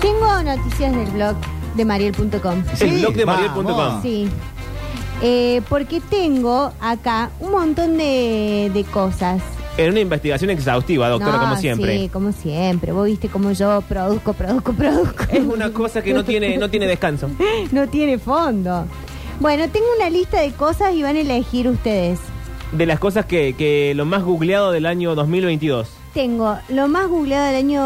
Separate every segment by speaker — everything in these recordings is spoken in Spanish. Speaker 1: Tengo noticias del blog de Mariel.com.
Speaker 2: El
Speaker 3: Sí,
Speaker 2: blog de
Speaker 3: vamos.
Speaker 2: mariel.com.
Speaker 1: Sí. Eh, porque tengo acá un montón de, de cosas.
Speaker 2: En una investigación exhaustiva, doctora,
Speaker 1: No,
Speaker 2: como siempre.
Speaker 1: Ah, Sí, como siempre. Vos viste como yo produzco, produzco, produzco.
Speaker 2: Es una cosa que no tiene, no tiene descanso.
Speaker 1: No tiene fondo. Bueno, tengo una lista de cosas y van a elegir ustedes.
Speaker 2: De las cosas que, que lo más googleado del año 2022.
Speaker 1: Tengo lo más googleado del año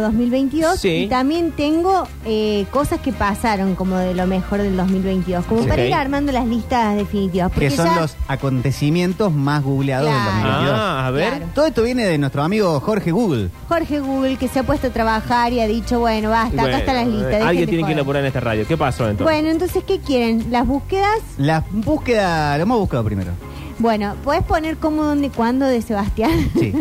Speaker 1: 2022
Speaker 2: Sí.
Speaker 1: y también tengo eh, cosas que pasaron como de lo mejor del 2022, como
Speaker 2: Sí.
Speaker 1: para
Speaker 2: Ok.
Speaker 1: ir armando las listas definitivas.
Speaker 3: Que
Speaker 1: porque
Speaker 3: son
Speaker 1: ya-
Speaker 3: los acontecimientos más googleados
Speaker 1: Claro.
Speaker 3: del 2022.
Speaker 2: Ah, a ver.
Speaker 1: Claro.
Speaker 3: Todo esto viene de nuestro amigo Jorge Google.
Speaker 1: Jorge Google que se ha puesto a trabajar y ha dicho, bueno, basta,
Speaker 2: Bueno, eh,
Speaker 1: acá están las listas.
Speaker 2: alguien
Speaker 1: déjenme
Speaker 2: tiene que
Speaker 1: joder.
Speaker 2: elaborar en esta radio. ¿Qué pasó entonces?
Speaker 1: Bueno, entonces, ¿qué quieren? ¿Las búsquedas?
Speaker 3: La búsqueda, lo hemos buscado primero.
Speaker 1: Bueno, ¿puedes poner cómo, dónde, cuándo de Sebastián?
Speaker 3: Sí.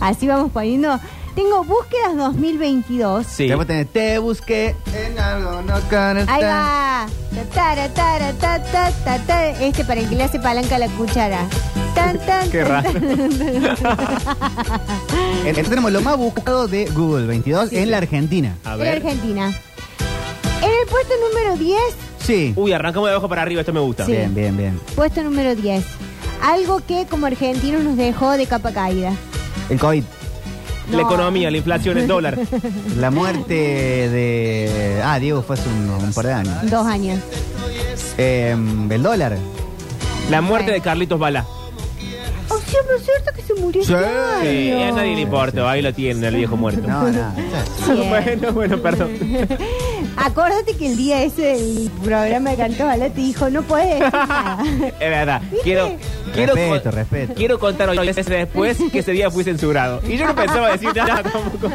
Speaker 1: Así vamos poniendo. Tengo búsquedas 2022.
Speaker 2: sí.
Speaker 3: Después tenés, te busqué en algo, no conecta.
Speaker 1: Ahí va. Ta, tara, tara, ta, ta, ta, ta. Este para el que le hace palanca a la cuchara. Tan, tan,
Speaker 2: Qué
Speaker 1: tan,
Speaker 2: raro.
Speaker 3: Entonces tenemos lo más buscado de Google 22 en la Argentina.
Speaker 2: A
Speaker 1: tan.
Speaker 2: ver.
Speaker 1: En Argentina. En el puesto número 10,
Speaker 3: Sí.
Speaker 2: Uy, arrancamos de abajo para arriba, esto me gusta.
Speaker 1: Sí.
Speaker 3: Bien, bien, bien.
Speaker 1: puesto número 10. Algo que como argentinos nos dejó de capa caída.
Speaker 3: El COVID,
Speaker 2: La
Speaker 1: No.
Speaker 2: economía, la inflación, el dólar.
Speaker 3: la muerte de... Ah, Diego fue hace un, un par de años.
Speaker 1: Dos años.
Speaker 3: Eh, el dólar.
Speaker 2: La muerte
Speaker 1: Bueno.
Speaker 2: de Carlitos Balá.
Speaker 1: Oh, sí, pero es cierto que se murió.
Speaker 3: Sí.
Speaker 2: Sí,
Speaker 1: este año.
Speaker 2: Eh, a nadie le importa, ahí lo tienen, el viejo muerto.
Speaker 3: No, no.
Speaker 1: Bien.
Speaker 2: Bueno, bueno, perdón.
Speaker 1: Acuérdate que el día ese del programa de Cantos Balá te dijo, no puedes decir nada.
Speaker 2: Es verdad. Quiero, quiero,
Speaker 3: Respeto,
Speaker 2: con-
Speaker 3: respeto.
Speaker 2: quiero contar hoy meses después que ese día fui censurado. Y yo no pensaba decir nada tampoco.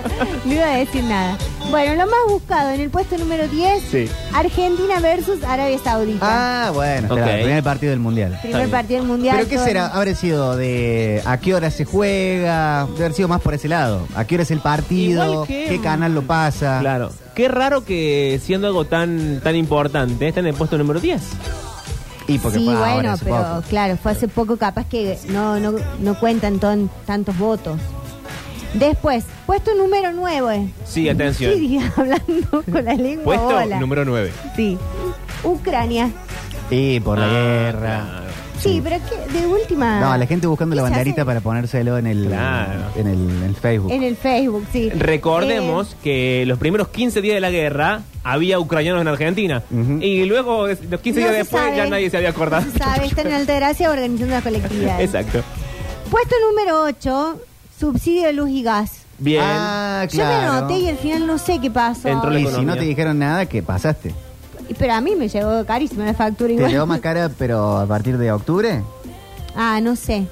Speaker 1: No iba a decir nada. Bueno, lo más buscado en el puesto número 10,
Speaker 2: Sí.
Speaker 1: Argentina versus Arabia Saudita.
Speaker 3: Ah, bueno,
Speaker 2: Ok.
Speaker 3: claro, primer partido del mundial.
Speaker 1: Primer
Speaker 2: bien.
Speaker 1: partido del mundial.
Speaker 3: ¿Pero qué
Speaker 1: todo-
Speaker 3: será? Ah, ¿Habrá sido de a qué hora se juega? Debe haber sido más por ese lado. ¿A qué hora es el partido?
Speaker 2: Igual que-
Speaker 3: ¿Qué canal lo pasa?
Speaker 2: Claro. Qué raro que siendo algo tan, tan importante, está en el puesto número 10.
Speaker 3: Y porque
Speaker 1: sí,
Speaker 3: fue ahora,
Speaker 1: bueno,
Speaker 3: hace
Speaker 1: pero
Speaker 3: poco.
Speaker 1: claro, fue hace poco, capaz que no, no, no cuentan ton- tantos votos. Después, puesto número 9.
Speaker 2: Sí, atención.
Speaker 1: Sí, hablando con la lengua
Speaker 2: Puesto
Speaker 1: bola.
Speaker 2: número 9.
Speaker 1: Sí. Ucrania.
Speaker 3: Sí, por la
Speaker 2: Ah,
Speaker 3: guerra.
Speaker 2: claro.
Speaker 1: Sí, pero que de última.
Speaker 3: No, la gente buscando la
Speaker 1: ¿Qué se
Speaker 3: banderita
Speaker 1: hace?
Speaker 3: para ponérselo en el,
Speaker 2: Claro.
Speaker 3: en el, en el Facebook.
Speaker 1: En el Facebook, sí.
Speaker 2: Recordemos
Speaker 1: Eh,
Speaker 2: que los primeros 15 días de la guerra había ucranianos en Argentina.
Speaker 3: Ujú.
Speaker 2: Y luego, es- los 15
Speaker 1: no
Speaker 2: días
Speaker 1: se
Speaker 2: después,
Speaker 1: sabe.
Speaker 2: ya nadie se había acordado.
Speaker 1: No se sabe, Eh, está en Alta Gracia organizando las colectividades.
Speaker 2: Exacto.
Speaker 1: Puesto número 8, subsidio de luz y gas.
Speaker 2: Bien.
Speaker 3: Ah,
Speaker 1: Yo me
Speaker 3: claro.
Speaker 1: anoté y al final no sé qué pasó.
Speaker 2: Entró la
Speaker 3: Y si
Speaker 2: economía.
Speaker 3: no te dijeron nada, ¿qué pasaste?
Speaker 1: Pero a mí me llegó carísima la factura
Speaker 3: ¿Te
Speaker 1: igual.
Speaker 3: llegó más cara, pero a partir de octubre?
Speaker 1: Ah, no sé.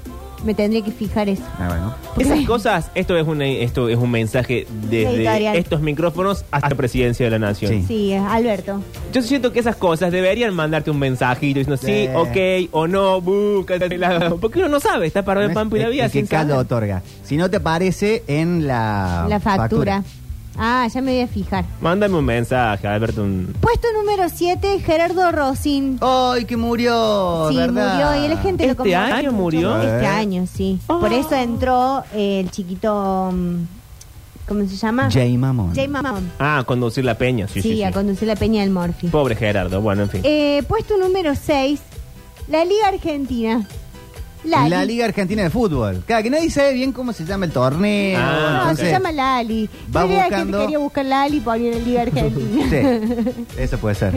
Speaker 1: Me tendría que fijar eso.
Speaker 3: Ah, bueno.
Speaker 2: Esas cosas, esto es, una, esto es un mensaje
Speaker 1: Editorial.
Speaker 2: desde estos micrófonos hasta la presidencia de la nación.
Speaker 3: Sí.
Speaker 1: Sí, es Alberto.
Speaker 2: Yo siento que esas cosas deberían mandarte un mensajito diciendo sí,
Speaker 3: Sí.
Speaker 2: ok o no, bu, cancelado. Porque uno no sabe, está parado Eh. en Pampa y la
Speaker 3: El-
Speaker 2: vida
Speaker 3: el que
Speaker 2: sin saber.
Speaker 3: cada otorga. Si no te aparece en la,
Speaker 1: la factura. Ah, ya me voy a fijar.
Speaker 2: Mándame un mensaje, Alberto. un-
Speaker 1: Puesto número 7, Gerardo Rosin.
Speaker 3: ¡Ay, que murió!
Speaker 1: sí,
Speaker 3: ¿verdad?
Speaker 1: murió y la gente lo
Speaker 2: ¿Este
Speaker 1: conmociona
Speaker 2: año
Speaker 1: mucho.
Speaker 2: murió?
Speaker 1: Este
Speaker 3: Eh.
Speaker 1: año, sí.
Speaker 2: Oh.
Speaker 1: Por eso entró eh, el chiquito. mm, ¿Cómo se llama?
Speaker 3: Jay Mamón.
Speaker 1: Jay Mamón.
Speaker 2: Ah, conducir la peña, sí,
Speaker 1: Sí,
Speaker 2: sí. sí.
Speaker 1: a conducir la peña del Morphy.
Speaker 2: Pobre Gerardo, bueno, en fin.
Speaker 1: Eh, puesto número 6, la Liga Argentina.
Speaker 3: La,
Speaker 1: Lali.
Speaker 3: Liga Argentina de Fútbol. Claro, que nadie sabe bien cómo se llama el torneo.
Speaker 2: Ah,
Speaker 1: No,
Speaker 3: entonces-
Speaker 1: se llama Lali.
Speaker 3: va
Speaker 1: Yo era que
Speaker 3: buscando-
Speaker 1: quería buscar Lali por ir a la Liga Argentina.
Speaker 3: Sí, eso puede ser.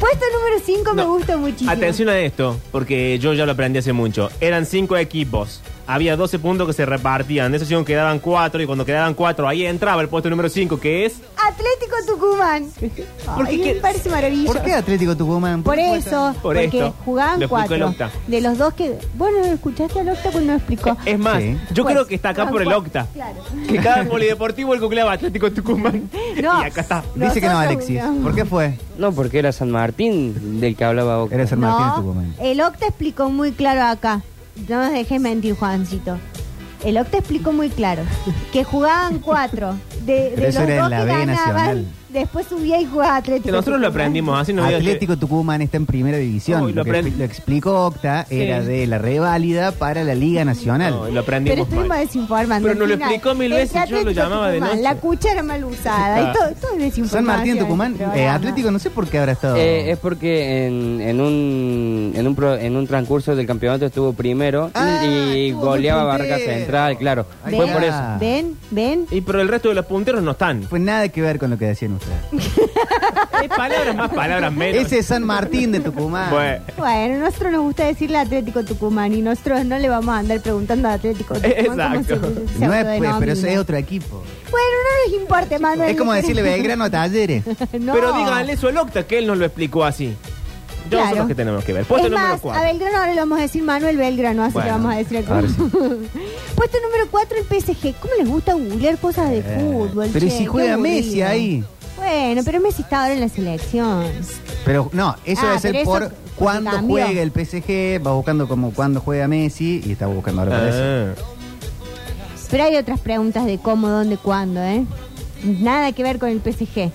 Speaker 1: Puesto número 5 me
Speaker 2: No.
Speaker 1: gusta muchísimo.
Speaker 2: Atención a esto, porque yo ya lo aprendí hace mucho. Eran cinco equipos. Había 12 puntos que se repartían. De esos hicieron que quedaban cuatro y cuando quedaban cuatro ahí entraba el puesto número 5, que es...
Speaker 1: Atlético Tucumán.
Speaker 2: ¿Por
Speaker 1: Ay,
Speaker 2: qué
Speaker 1: me
Speaker 2: quieres-
Speaker 1: parece maravilloso.
Speaker 3: ¿Por qué Atlético Tucumán?
Speaker 1: Por
Speaker 3: qué
Speaker 1: eso,
Speaker 2: Por
Speaker 1: porque
Speaker 2: esto.
Speaker 1: jugaban
Speaker 2: Lo explicó el
Speaker 1: cuatro.
Speaker 2: Octa.
Speaker 1: De los dos que. Bueno, escuchaste al Octa cuando lo explicó.
Speaker 2: Es más,
Speaker 3: Sí.
Speaker 2: yo
Speaker 1: Pues,
Speaker 2: creo que está acá
Speaker 1: jugaban
Speaker 2: por el
Speaker 1: cuatro.
Speaker 2: octa.
Speaker 1: Claro.
Speaker 2: Que cada polideportivo el cucleaba Atlético Tucumán.
Speaker 1: No.
Speaker 2: Y acá está.
Speaker 3: Dice que no,
Speaker 1: Nosotros
Speaker 3: Alexis.
Speaker 1: jugamos.
Speaker 3: ¿Por qué fue?
Speaker 4: No, porque era San Martín del que hablaba Boca.
Speaker 3: Era San Martín de
Speaker 1: No, Eh,
Speaker 3: Tucumán.
Speaker 1: el Octa explicó muy claro acá. No nos dejes mentir, Juancito. El Octa explicó muy claro que jugaban cuatro. De, de
Speaker 3: Pero eso
Speaker 1: los
Speaker 3: era
Speaker 1: dos
Speaker 3: en la
Speaker 1: que
Speaker 3: B
Speaker 1: ganaban,
Speaker 3: Nacional.
Speaker 1: después subía y jugaba Atlético.
Speaker 2: Nosotros lo aprendimos así, no digas que-
Speaker 3: Atlético Tucumán está en primera división.
Speaker 2: Uy, lo
Speaker 3: lo, que
Speaker 2: aprendí.
Speaker 3: expli- lo explicó Octa,
Speaker 2: Sí.
Speaker 3: era de la reválida para la Liga Nacional.
Speaker 2: No, lo
Speaker 1: Pero este
Speaker 2: aprendimos
Speaker 1: estuvimos
Speaker 2: mal.
Speaker 1: desinformando.
Speaker 2: Pero
Speaker 1: al
Speaker 2: nos lo
Speaker 1: final.
Speaker 2: explicó mil
Speaker 1: El
Speaker 2: veces, yo lo
Speaker 1: Atlético
Speaker 2: llamaba de
Speaker 1: Tucumán, La
Speaker 2: noche.
Speaker 1: cuchara mal usada.
Speaker 2: Está.
Speaker 1: y todo, todo es
Speaker 3: San
Speaker 1: desinformación.
Speaker 3: Martín Tucumán,
Speaker 1: este
Speaker 3: eh,
Speaker 1: programa.
Speaker 3: Atlético no sé por qué habrá estado.
Speaker 4: Eh, es porque en, en un en un, pro- en un transcurso del campeonato estuvo primero
Speaker 3: Ah,
Speaker 4: y
Speaker 3: estuvo
Speaker 4: goleaba
Speaker 3: muy
Speaker 4: Barca
Speaker 3: puntero.
Speaker 4: Central, claro.
Speaker 3: Ahí
Speaker 4: Fue
Speaker 1: ¿Ven?
Speaker 4: por eso.
Speaker 3: está.
Speaker 1: ¿Ven? ¿Ven?
Speaker 2: Y pero el resto de los punteros no están.
Speaker 3: Fue Pues nada que ver con lo que decían ustedes.
Speaker 2: Hay palabras más, palabras menos.
Speaker 3: Ese es San Martín de Tucumán.
Speaker 2: Bueno,
Speaker 1: Bueno, nosotros nos gusta decirle Atlético Tucumán y nosotros no le vamos a andar preguntando a Atlético Tucumán.
Speaker 2: Eh, Exacto.
Speaker 1: cómo se- se
Speaker 3: No es, pues,
Speaker 1: autodenomina.
Speaker 3: pero ese es otro equipo.
Speaker 1: Bueno, Ah, no nos importa, Manuel.
Speaker 3: Es como decirle Belgrano a Talleres.
Speaker 1: No.
Speaker 2: Pero díganle eso al Octa, que él nos lo explicó así. Yo
Speaker 1: Claro.
Speaker 2: sé lo que tenemos que ver. Puesto
Speaker 1: es
Speaker 2: número
Speaker 1: más, a
Speaker 2: 4.
Speaker 1: Belgrano ahora le vamos a decir Manuel Belgrano, así
Speaker 2: Bueno,
Speaker 1: le vamos a decir el
Speaker 3: ahora sí.
Speaker 1: Puesto número 4, el PSG. ¿Cómo les gusta googlear cosas de fútbol?
Speaker 3: Eh, pero ¿y
Speaker 1: che?
Speaker 3: si juega
Speaker 1: Qué aburrido.
Speaker 3: Messi ahí?
Speaker 1: Bueno, pero Messi está ahora en la selección.
Speaker 3: Pero no, eso
Speaker 1: Ah,
Speaker 3: debe ser
Speaker 1: pero eso
Speaker 3: por
Speaker 1: c-
Speaker 3: cuándo
Speaker 1: cambio.
Speaker 3: juega el PSG, va buscando como cuándo juega Messi y está buscando ahora por eso.
Speaker 1: Pero hay otras preguntas de cómo, dónde, cuándo, ¿eh? Nada que ver con el PSG.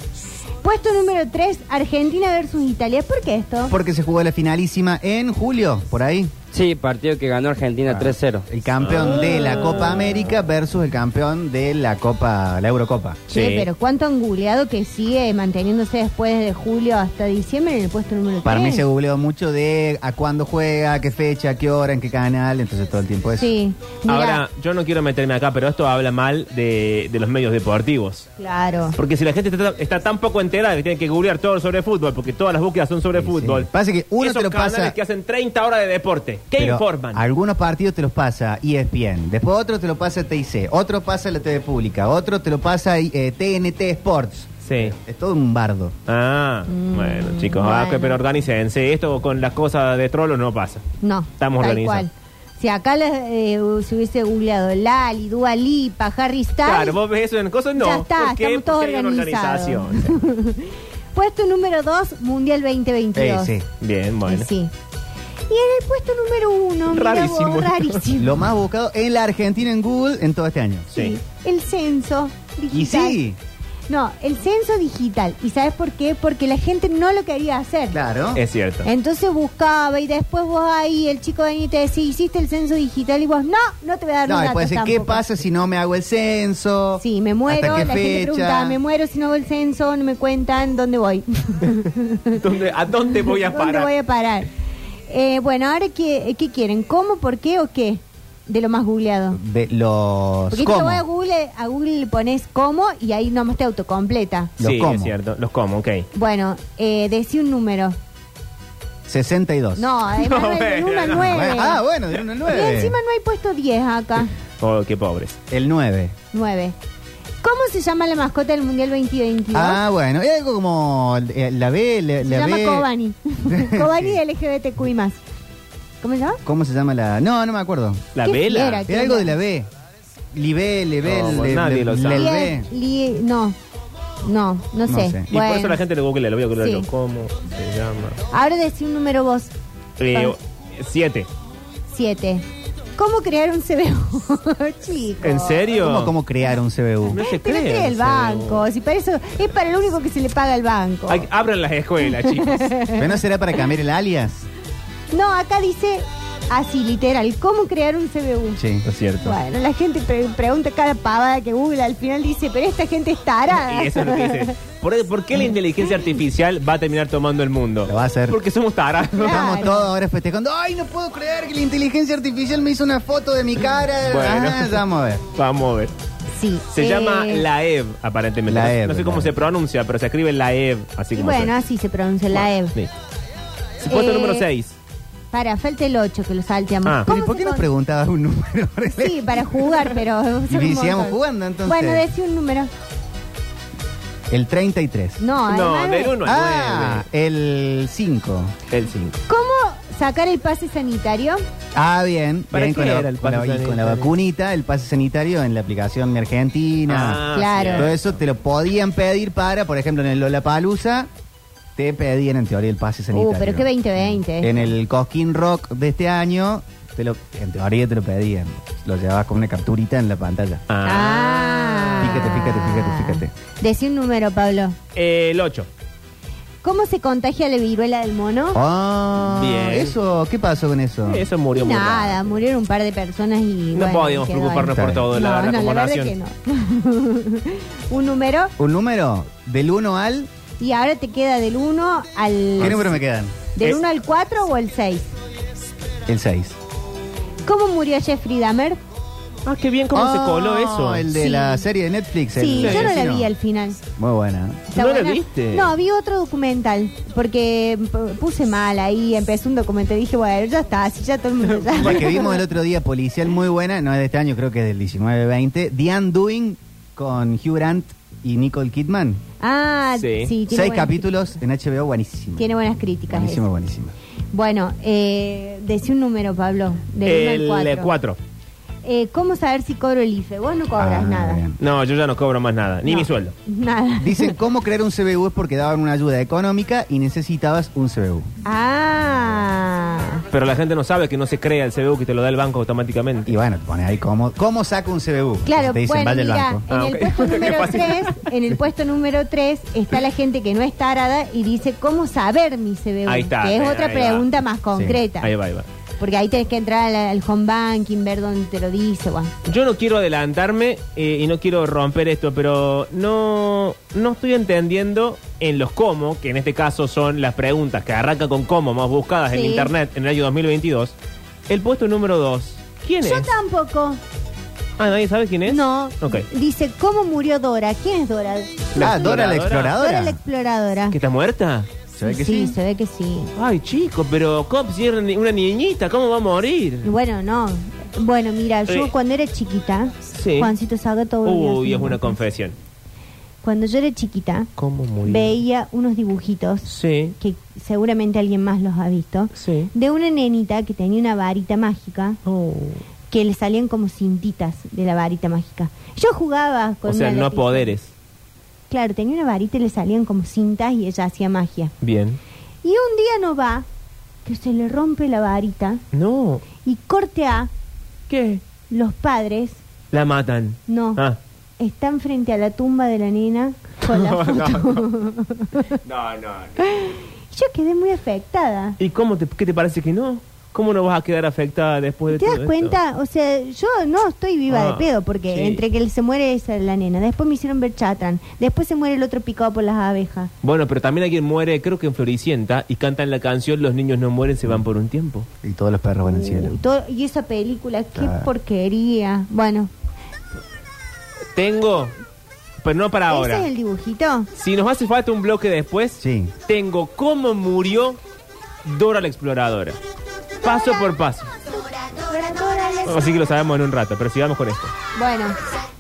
Speaker 1: Puesto número 3, Argentina versus Italia. ¿Por qué
Speaker 4: Ah.
Speaker 1: esto?
Speaker 3: Porque se jugó la finalísima en julio, por ahí.
Speaker 4: Sí, partido que ganó
Speaker 3: Ah.
Speaker 4: Argentina 3-0.
Speaker 3: El campeón de
Speaker 4: Ah.
Speaker 3: la Copa América versus el campeón de la Copa, la Eurocopa.
Speaker 1: Che,
Speaker 2: Sí.
Speaker 1: pero cuánto han googleado que sigue manteniéndose después de julio hasta diciembre en el puesto número 3.
Speaker 3: Para mí se googleó mucho de a cuándo juega, a qué fecha, a qué hora, en qué canal, entonces todo el tiempo eso.
Speaker 1: Sí, mira,
Speaker 2: Ahora, yo no quiero meterme acá, pero esto habla mal de, de los medios deportivos.
Speaker 1: claro.
Speaker 2: Porque si la gente está, está tan poco enterada que tiene que googlear todo sobre fútbol, porque todas las búsquedas son sobre
Speaker 3: Sí,
Speaker 2: fútbol.
Speaker 3: sí. Pasa que uno
Speaker 2: Esos
Speaker 3: te lo
Speaker 2: canales
Speaker 3: pasa-
Speaker 2: que hacen 30 horas de deporte. ¿Qué
Speaker 3: Pero
Speaker 2: informan?
Speaker 3: Algunos partidos te los pasa E ESPN, después otro te lo pasa TIC, otro pasa la TV Pública, otro te lo pasa eh, TNT Sports.
Speaker 2: Sí.
Speaker 3: Es todo un bardo.
Speaker 2: Ah, bueno, chicos, ah,
Speaker 1: Mm. bueno.
Speaker 2: pero organícense. Esto con las cosas de trolo no pasa.
Speaker 1: No.
Speaker 2: Estamos
Speaker 1: tal
Speaker 2: organizados.
Speaker 1: cual. Si acá les, eh, se hubiese googleado Lali, Dua Lipa, Harry Styles.
Speaker 2: Claro, vos ves eso en cosas, no.
Speaker 1: Ya está,
Speaker 2: ¿Por qué?
Speaker 1: estamos todos
Speaker 2: Porque hay una
Speaker 1: organizados.
Speaker 2: organización.
Speaker 1: Puesto número 2, Mundial 2022.
Speaker 3: Eh,
Speaker 2: Bien,
Speaker 1: Y
Speaker 2: bueno.
Speaker 1: sí. Y en el puesto número 1,
Speaker 2: Rarísimo, ¿no?
Speaker 3: sí.
Speaker 1: rarísimo.
Speaker 3: Lo más buscado en la Argentina en Google en todo este año.
Speaker 1: Sí, El censo
Speaker 3: Y
Speaker 1: digital.
Speaker 3: sí,
Speaker 1: No, el censo digital. ¿Y sabes por qué? Porque la gente no lo quería hacer.
Speaker 3: claro.
Speaker 2: Es cierto.
Speaker 1: Entonces buscaba y después vos ahí, el chico venía y te decía, hiciste el censo digital y vos, no, no te voy a dar
Speaker 3: No,
Speaker 1: los
Speaker 3: después
Speaker 1: datos
Speaker 3: decir, ¿qué
Speaker 1: tampoco".
Speaker 3: pasa si no me hago el censo?
Speaker 1: Sí, me muero,
Speaker 3: ¿Hasta qué
Speaker 1: la gente
Speaker 3: fecha?
Speaker 1: pregunta, me muero si no hago el censo, no me cuentan, ¿dónde voy?
Speaker 2: ¿Dónde- ¿A dónde voy a
Speaker 1: ¿Dónde
Speaker 2: parar?
Speaker 1: voy a parar? Eh, bueno, ahora, ¿qué, ¿qué quieren? ¿Cómo, por qué o qué? De lo más googleado.
Speaker 3: De los
Speaker 1: Porque te
Speaker 3: cómo.
Speaker 1: voy a Google, a Google le pones cómo y ahí nomás te autocompleta.
Speaker 3: Los
Speaker 2: sí,
Speaker 3: como.
Speaker 2: es cierto. Los como, ok.
Speaker 1: Bueno, eh, decí un número.
Speaker 3: 62.
Speaker 1: No, además
Speaker 2: No,
Speaker 1: no,
Speaker 2: bueno, no.
Speaker 1: nueve.
Speaker 3: Ah, bueno, de 1 al
Speaker 1: y
Speaker 3: 9.
Speaker 1: encima no hay puesto 10 acá.
Speaker 2: Oh, qué pobres.
Speaker 3: El 9.
Speaker 1: 9. ¿Cómo se llama la mascota del Mundial 2022?
Speaker 3: Ah, bueno, es algo como eh, la B, la,
Speaker 1: se
Speaker 3: la
Speaker 1: llama
Speaker 3: B-
Speaker 1: Kobani. Kobani del LGBTQI+. ¿Cómo se llama?
Speaker 3: ¿Cómo se llama la.? No, no me acuerdo.
Speaker 2: La
Speaker 1: ¿Qué
Speaker 2: vela.
Speaker 1: fiera?
Speaker 3: Era algo de la B. Libé, Lebé,
Speaker 2: No,
Speaker 3: le-
Speaker 2: nadie
Speaker 3: le-
Speaker 2: lo sabe.
Speaker 3: Lelbé.
Speaker 1: Lie- Lie- no. No, no sé.
Speaker 3: sé.
Speaker 2: Y por eso la gente le googlea, lo voy a googlear
Speaker 1: Sí.
Speaker 2: yo. ¿Cómo se llama?
Speaker 1: Ahora decí un número vos.
Speaker 2: Eh, siete.
Speaker 1: 7. ¿Cómo crear un CBO, chicos? Eh,
Speaker 2: ¿En serio?
Speaker 3: ¿Cómo, cómo crear un CBU?
Speaker 2: No se
Speaker 1: Pero
Speaker 2: cree,
Speaker 1: cree el
Speaker 2: sí.
Speaker 1: banco. Si para eso es para lo único que se le paga al banco.
Speaker 2: Hay- abran las escuelas, chicos.
Speaker 3: ¿Pero no será para cambiar el alias?
Speaker 1: No, acá dice así, literal, ¿cómo crear un CBU?
Speaker 3: Sí.
Speaker 2: No es cierto.
Speaker 1: Bueno, la gente pre- pregunta cada pavada que Google al final dice, pero esta gente es tarada.
Speaker 2: Y eso es lo que dice. ¿Por, por qué la inteligencia artificial va a terminar tomando el mundo?
Speaker 3: Lo va a hacer.
Speaker 2: Porque somos tarados.
Speaker 1: Claro.
Speaker 3: Estamos todos ahora festejando. ¡Ay, no puedo creer que la inteligencia artificial me hizo una foto de mi cara!
Speaker 2: Bueno.
Speaker 3: Ah, ya vamos a ver.
Speaker 2: Vamos a ver.
Speaker 1: Sí.
Speaker 2: Se
Speaker 1: eh,
Speaker 2: llama Laev, aparentemente.
Speaker 3: Laev,
Speaker 2: no sé cómo
Speaker 3: Laev.
Speaker 2: se pronuncia, pero se escribe Laev. Así
Speaker 1: Y
Speaker 2: como
Speaker 1: bueno,
Speaker 2: suena.
Speaker 1: así se pronuncia la E EV.
Speaker 2: Sí. Puesto
Speaker 1: Eh,
Speaker 2: número 6.
Speaker 1: Para, falta el 8 que lo salteamos.
Speaker 2: Ah.
Speaker 3: Pero ¿y por
Speaker 1: se
Speaker 3: qué nos
Speaker 1: con-
Speaker 3: preguntabas un número?
Speaker 1: Sí, para jugar, pero... son un
Speaker 3: y sigamos
Speaker 1: montón.
Speaker 3: jugando entonces.
Speaker 1: Bueno, decí un número.
Speaker 3: El 33.
Speaker 1: No,
Speaker 2: No,
Speaker 1: además,
Speaker 2: del 1
Speaker 3: Ah,
Speaker 2: al
Speaker 3: el 5.
Speaker 2: 9. El 5.
Speaker 1: ¿Cómo sacar el pase sanitario?
Speaker 3: Ah, bien.
Speaker 2: ¿Para
Speaker 3: bien,
Speaker 2: qué
Speaker 3: con la,
Speaker 2: era el
Speaker 3: con la-
Speaker 2: pase
Speaker 3: y con la
Speaker 2: sanitario?
Speaker 3: vacunita, el pase sanitario en la aplicación Mi Argentina.
Speaker 2: Ah,
Speaker 1: claro.
Speaker 3: Todo eso te lo podían pedir para, por ejemplo, en el Lollapalooza, te pedían en teoría el pase sanitario.
Speaker 1: Uh, pero qué 2020.
Speaker 3: En el Cosquín Rock de este año, te
Speaker 2: Ah.
Speaker 3: lo, en teoría te lo pedían. Lo llevabas con una capturita en la pantalla.
Speaker 1: Ah.
Speaker 3: Y que fíjate, fíjate, fíjate, fíjate.
Speaker 1: Decí un número, Pablo.
Speaker 2: El 8.
Speaker 1: ¿Cómo se contagia la viruela del mono?
Speaker 3: Ah,
Speaker 2: Bien.
Speaker 3: ¿Eso? ¿Qué pasó con eso?
Speaker 2: Eso murió muy
Speaker 1: Nada,
Speaker 2: rápido.
Speaker 1: murieron un par de personas y.
Speaker 2: No
Speaker 1: bueno,
Speaker 2: podíamos
Speaker 1: quedó ahí.
Speaker 2: preocuparnos por
Speaker 3: Está
Speaker 2: todo, la,
Speaker 1: no,
Speaker 2: la
Speaker 1: no, la verdad
Speaker 2: población.
Speaker 1: que no. un número
Speaker 3: ¿Un número? ¿Del 1 al...?
Speaker 1: y ahora te queda del 1 al.
Speaker 3: ¿Qué número me Eh. quedan?
Speaker 1: ¿Del
Speaker 2: Es-
Speaker 1: 1 al 4 o el 6?
Speaker 3: El 6.
Speaker 1: ¿Cómo murió Jeffrey Dahmer?
Speaker 2: Ah, qué bien cómo se coló eso.
Speaker 3: Oh, El de
Speaker 1: Sí.
Speaker 3: la serie de Netflix. el-
Speaker 1: Sí, yo no la
Speaker 3: asesino.
Speaker 1: vi al final.
Speaker 3: Muy buena.
Speaker 1: ¿Está
Speaker 2: ¿No la
Speaker 1: buena?
Speaker 2: viste?
Speaker 1: No, vi otro documental, porque p- puse mal ahí, empecé un documental y dije, bueno, ya está, así ya todo el mundo ya-
Speaker 3: La que vimos el otro día, policial, muy buena, no es de este año, creo que es del 19-20. The Undoing con Hugh Grant y Nicole Kidman.
Speaker 1: Ah, sí,
Speaker 2: Sí.
Speaker 1: tiene
Speaker 3: Seis
Speaker 1: buenas-
Speaker 3: capítulos en HBO, buenísimo.
Speaker 1: Tiene buenas críticas.
Speaker 3: Buenísimo,
Speaker 1: esa.
Speaker 3: buenísimo.
Speaker 1: Bueno, eh, decí un número, Pablo, del 1 al
Speaker 2: El
Speaker 1: 4.
Speaker 2: 4.
Speaker 1: Eh, ¿Cómo saber si cobro el IFE? Vos no cobras
Speaker 3: Ah,
Speaker 1: nada.
Speaker 3: bien.
Speaker 2: No, yo ya no cobro más nada, ni
Speaker 1: No,
Speaker 2: mi sueldo.
Speaker 1: Nada.
Speaker 3: Dicen cómo crear un CBU es porque daban una ayuda económica y necesitabas un CBU.
Speaker 1: Ah.
Speaker 2: Pero la gente no sabe que no se crea el CBU que te lo da el banco automáticamente.
Speaker 3: Y bueno, te pones ahí cómo, cómo saco un CBU.
Speaker 1: Claro,
Speaker 3: te dicen,
Speaker 1: bueno,
Speaker 3: vaya al
Speaker 1: mira,
Speaker 3: banco.
Speaker 1: en,
Speaker 2: Ah,
Speaker 1: el
Speaker 2: ok.
Speaker 1: puesto
Speaker 2: Qué
Speaker 1: número
Speaker 2: fácil.
Speaker 1: 3, en el puesto número 3 está la gente que no es tarada y dice, ¿cómo saber mi CBU?
Speaker 2: Ahí está,
Speaker 1: que es
Speaker 2: eh,
Speaker 1: otra
Speaker 2: ahí va.
Speaker 1: pregunta más concreta.
Speaker 2: Ahí va, ahí va.
Speaker 1: Porque ahí tenés que entrar al, al home banking, ver dónde te lo dice. bueno.
Speaker 2: Yo no quiero adelantarme eh, y no quiero romper esto, pero no, no estoy entendiendo en los cómo, que en este caso son las preguntas que arrancan con cómo más buscadas en
Speaker 1: Sí.
Speaker 2: internet en el año 2022. El puesto número 2. ¿Quién
Speaker 1: Yo
Speaker 2: es?
Speaker 1: tampoco.
Speaker 2: Ah, nadie sabe quién es.
Speaker 1: No.
Speaker 2: Ok.
Speaker 1: Dice, ¿cómo murió Dora? ¿Quién es Dora?
Speaker 3: Ah, Dora la
Speaker 1: eh, Dora la
Speaker 3: exploradora.
Speaker 1: exploradora.
Speaker 2: ¿Que está muerta?
Speaker 3: ¿Se ve que sí?
Speaker 1: se ve que sí.
Speaker 2: Ay, chico, pero Cop, si era ni- una niñita, ¿cómo va a
Speaker 1: Y
Speaker 2: morir?
Speaker 1: Bueno, no. Bueno, mira, yo
Speaker 2: Eh.
Speaker 1: cuando era chiquita,
Speaker 2: Sí.
Speaker 1: Juancito Sagato volvió a
Speaker 2: Uy,
Speaker 1: ser
Speaker 2: es una
Speaker 1: mujer.
Speaker 2: confesión.
Speaker 1: Cuando yo era chiquita,
Speaker 2: ¿Cómo murió?
Speaker 1: veía unos dibujitos
Speaker 2: Sí,
Speaker 1: que seguramente alguien más los ha visto
Speaker 2: sí.
Speaker 1: de una nenita que tenía una varita mágica
Speaker 2: Oh.
Speaker 1: que le salían como cintitas de la varita mágica. Yo jugaba con
Speaker 2: O sea,
Speaker 1: una
Speaker 2: no
Speaker 1: lapicera.
Speaker 2: poderes.
Speaker 1: Claro, tenía una varita y le salían como cintas y ella hacía magia.
Speaker 2: Bien.
Speaker 1: Y un día no va que se le rompe la varita
Speaker 2: No.
Speaker 1: y corte a
Speaker 2: ¿Qué?
Speaker 1: los padres
Speaker 2: La matan.
Speaker 1: No.
Speaker 2: Ah.
Speaker 1: Están frente a la tumba de la nena con la
Speaker 2: No,
Speaker 1: foto.
Speaker 2: no, No, no.
Speaker 1: Yo quedé muy afectada.
Speaker 2: ¿Y cómo te, qué te parece que no? ¿Cómo no vas a quedar afectada después de
Speaker 1: ¿Te
Speaker 2: todo
Speaker 1: das
Speaker 2: esto?
Speaker 1: cuenta? O sea, yo no estoy viva
Speaker 2: Ah,
Speaker 1: de pedo porque
Speaker 2: sí.
Speaker 1: entre que se muere esa la nena, después me hicieron ver Chatran, después se muere el otro picado por las abejas.
Speaker 2: Bueno, pero también alguien muere, creo que en Floricienta, y cantan la canción Los niños no mueren, se van por un tiempo.
Speaker 3: Y todos los perros van al
Speaker 1: Uy,
Speaker 3: cielo.
Speaker 1: todo- y esa película, qué
Speaker 3: Ah.
Speaker 1: porquería. Bueno,
Speaker 2: Tengo, pero no para ahora.
Speaker 1: ese es el dibujito.
Speaker 2: Si nos hace falta un bloque después,
Speaker 3: Sí.
Speaker 2: tengo cómo murió Dora la Exploradora. Paso por paso. Así que lo sabemos en un rato, pero sigamos con esto.
Speaker 1: Bueno,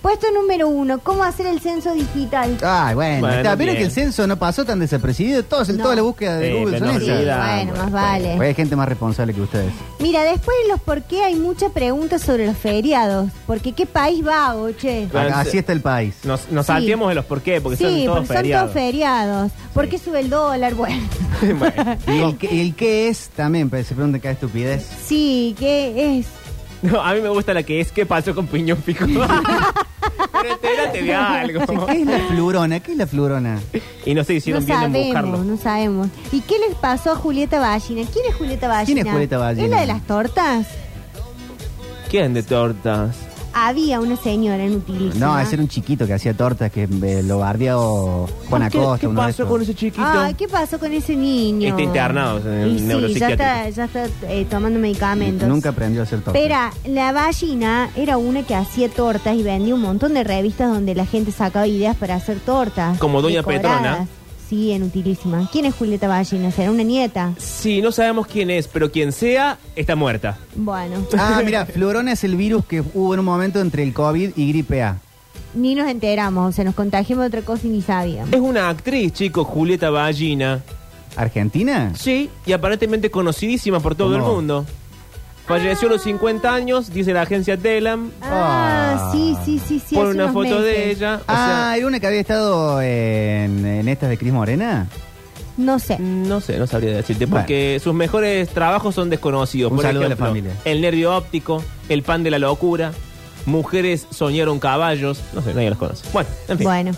Speaker 1: puesto número uno, ¿cómo hacer el censo digital?
Speaker 3: Ay, bueno,
Speaker 2: Bueno,
Speaker 3: está, pero
Speaker 2: bien.
Speaker 3: que el censo no pasó tan desapercibido. Todos,
Speaker 1: No.
Speaker 3: Toda la búsqueda de
Speaker 2: Sí,
Speaker 3: Google
Speaker 2: pero
Speaker 3: son
Speaker 2: no,
Speaker 3: esas.
Speaker 2: sí, da-
Speaker 1: bueno, más vale.
Speaker 3: Pues hay gente más responsable que ustedes.
Speaker 1: Mira, después de los por qué hay mucha pregunta sobre los feriados. Porque qué país va, che.
Speaker 2: Claro,
Speaker 3: Acá-
Speaker 2: sí.
Speaker 3: Así está el país.
Speaker 2: Nos, nos
Speaker 1: Sí.
Speaker 2: salteamos de los por qué, porque
Speaker 1: sí,
Speaker 2: son todos
Speaker 1: porque son
Speaker 2: feriados.
Speaker 1: todos feriados. ¿Por
Speaker 2: Sí.
Speaker 1: qué sube el dólar? Bueno,
Speaker 2: Bueno.
Speaker 3: Y el, que- el qué es también, pues, se pregunta cada estupidez.
Speaker 1: sí, ¿qué es?
Speaker 2: No, a mí me gusta la que es ¿Qué pasó con Piñón Pico? Pero entérate de
Speaker 3: Sí,
Speaker 2: algo.
Speaker 3: ¿Qué es la flurona? ¿Qué es la flurona?
Speaker 2: Y no se
Speaker 1: No
Speaker 2: hicieron bien en
Speaker 1: sabemos,
Speaker 2: buscarlo.
Speaker 1: no sabemos. ¿Y qué les pasó a Julieta Ballina? ¿Quién es Julieta Ballina?
Speaker 3: ¿Quién es Julieta Ballina?
Speaker 1: ¿Es la de las tortas?
Speaker 2: ¿Quién de tortas?
Speaker 1: Había una señora en Utilísima.
Speaker 3: No, ese era un chiquito que hacía tortas que eh, lo bardeaba o
Speaker 1: Ah,
Speaker 3: Juan
Speaker 2: ¿Qué,
Speaker 3: Acosta.
Speaker 2: qué
Speaker 3: uno de
Speaker 2: pasó
Speaker 3: esos.
Speaker 2: con ese chiquito?
Speaker 1: Ay, ¿qué pasó con ese niño?
Speaker 2: Está internado en
Speaker 1: Y sí, ya
Speaker 2: neuropsiquiátrico.
Speaker 1: está, ya está eh, tomando medicamentos.
Speaker 3: Nunca aprendió a hacer tortas.
Speaker 1: Espera, la ballina era una que hacía tortas y vendía un montón de revistas donde la gente sacaba ideas para hacer tortas.
Speaker 2: Como Doña Petrona.
Speaker 1: Sí, en utilísima. ¿Quién es Julieta Ballina? ¿Será una nieta?
Speaker 2: Sí, no sabemos quién es, pero quien sea, está muerta.
Speaker 1: Bueno,
Speaker 3: Ah, mira, flurona es el virus que hubo en un momento entre el COVID y gripe A.
Speaker 1: ni nos enteramos, o sea, nos contagiamos de otra cosa y ni sabíamos.
Speaker 2: Es una actriz, chicos, Julieta Ballina.
Speaker 3: ¿Argentina?
Speaker 2: Sí, y aparentemente conocidísima por todo
Speaker 3: ¿Cómo?
Speaker 2: el mundo. Falleció a los 50 años, dice la agencia Telam.
Speaker 1: Ah,
Speaker 3: Ah.
Speaker 1: sí, sí, sí, sí.
Speaker 2: Pone
Speaker 1: hace
Speaker 2: una
Speaker 1: unos
Speaker 2: foto de
Speaker 1: meses.
Speaker 2: ella. o sea,
Speaker 3: Ah, ¿era una que había estado en, en estas de Cris Morena?
Speaker 1: No sé.
Speaker 2: No sé, no sabría decirte, porque sus mejores trabajos son desconocidos.
Speaker 3: Un
Speaker 2: Por
Speaker 3: saludo a la
Speaker 2: ejemplo,
Speaker 3: familia.
Speaker 2: El nervio óptico, el pan de la locura. Mujeres soñaron caballos. No sé, nadie los conoce. Bueno, en fin.
Speaker 1: Bueno,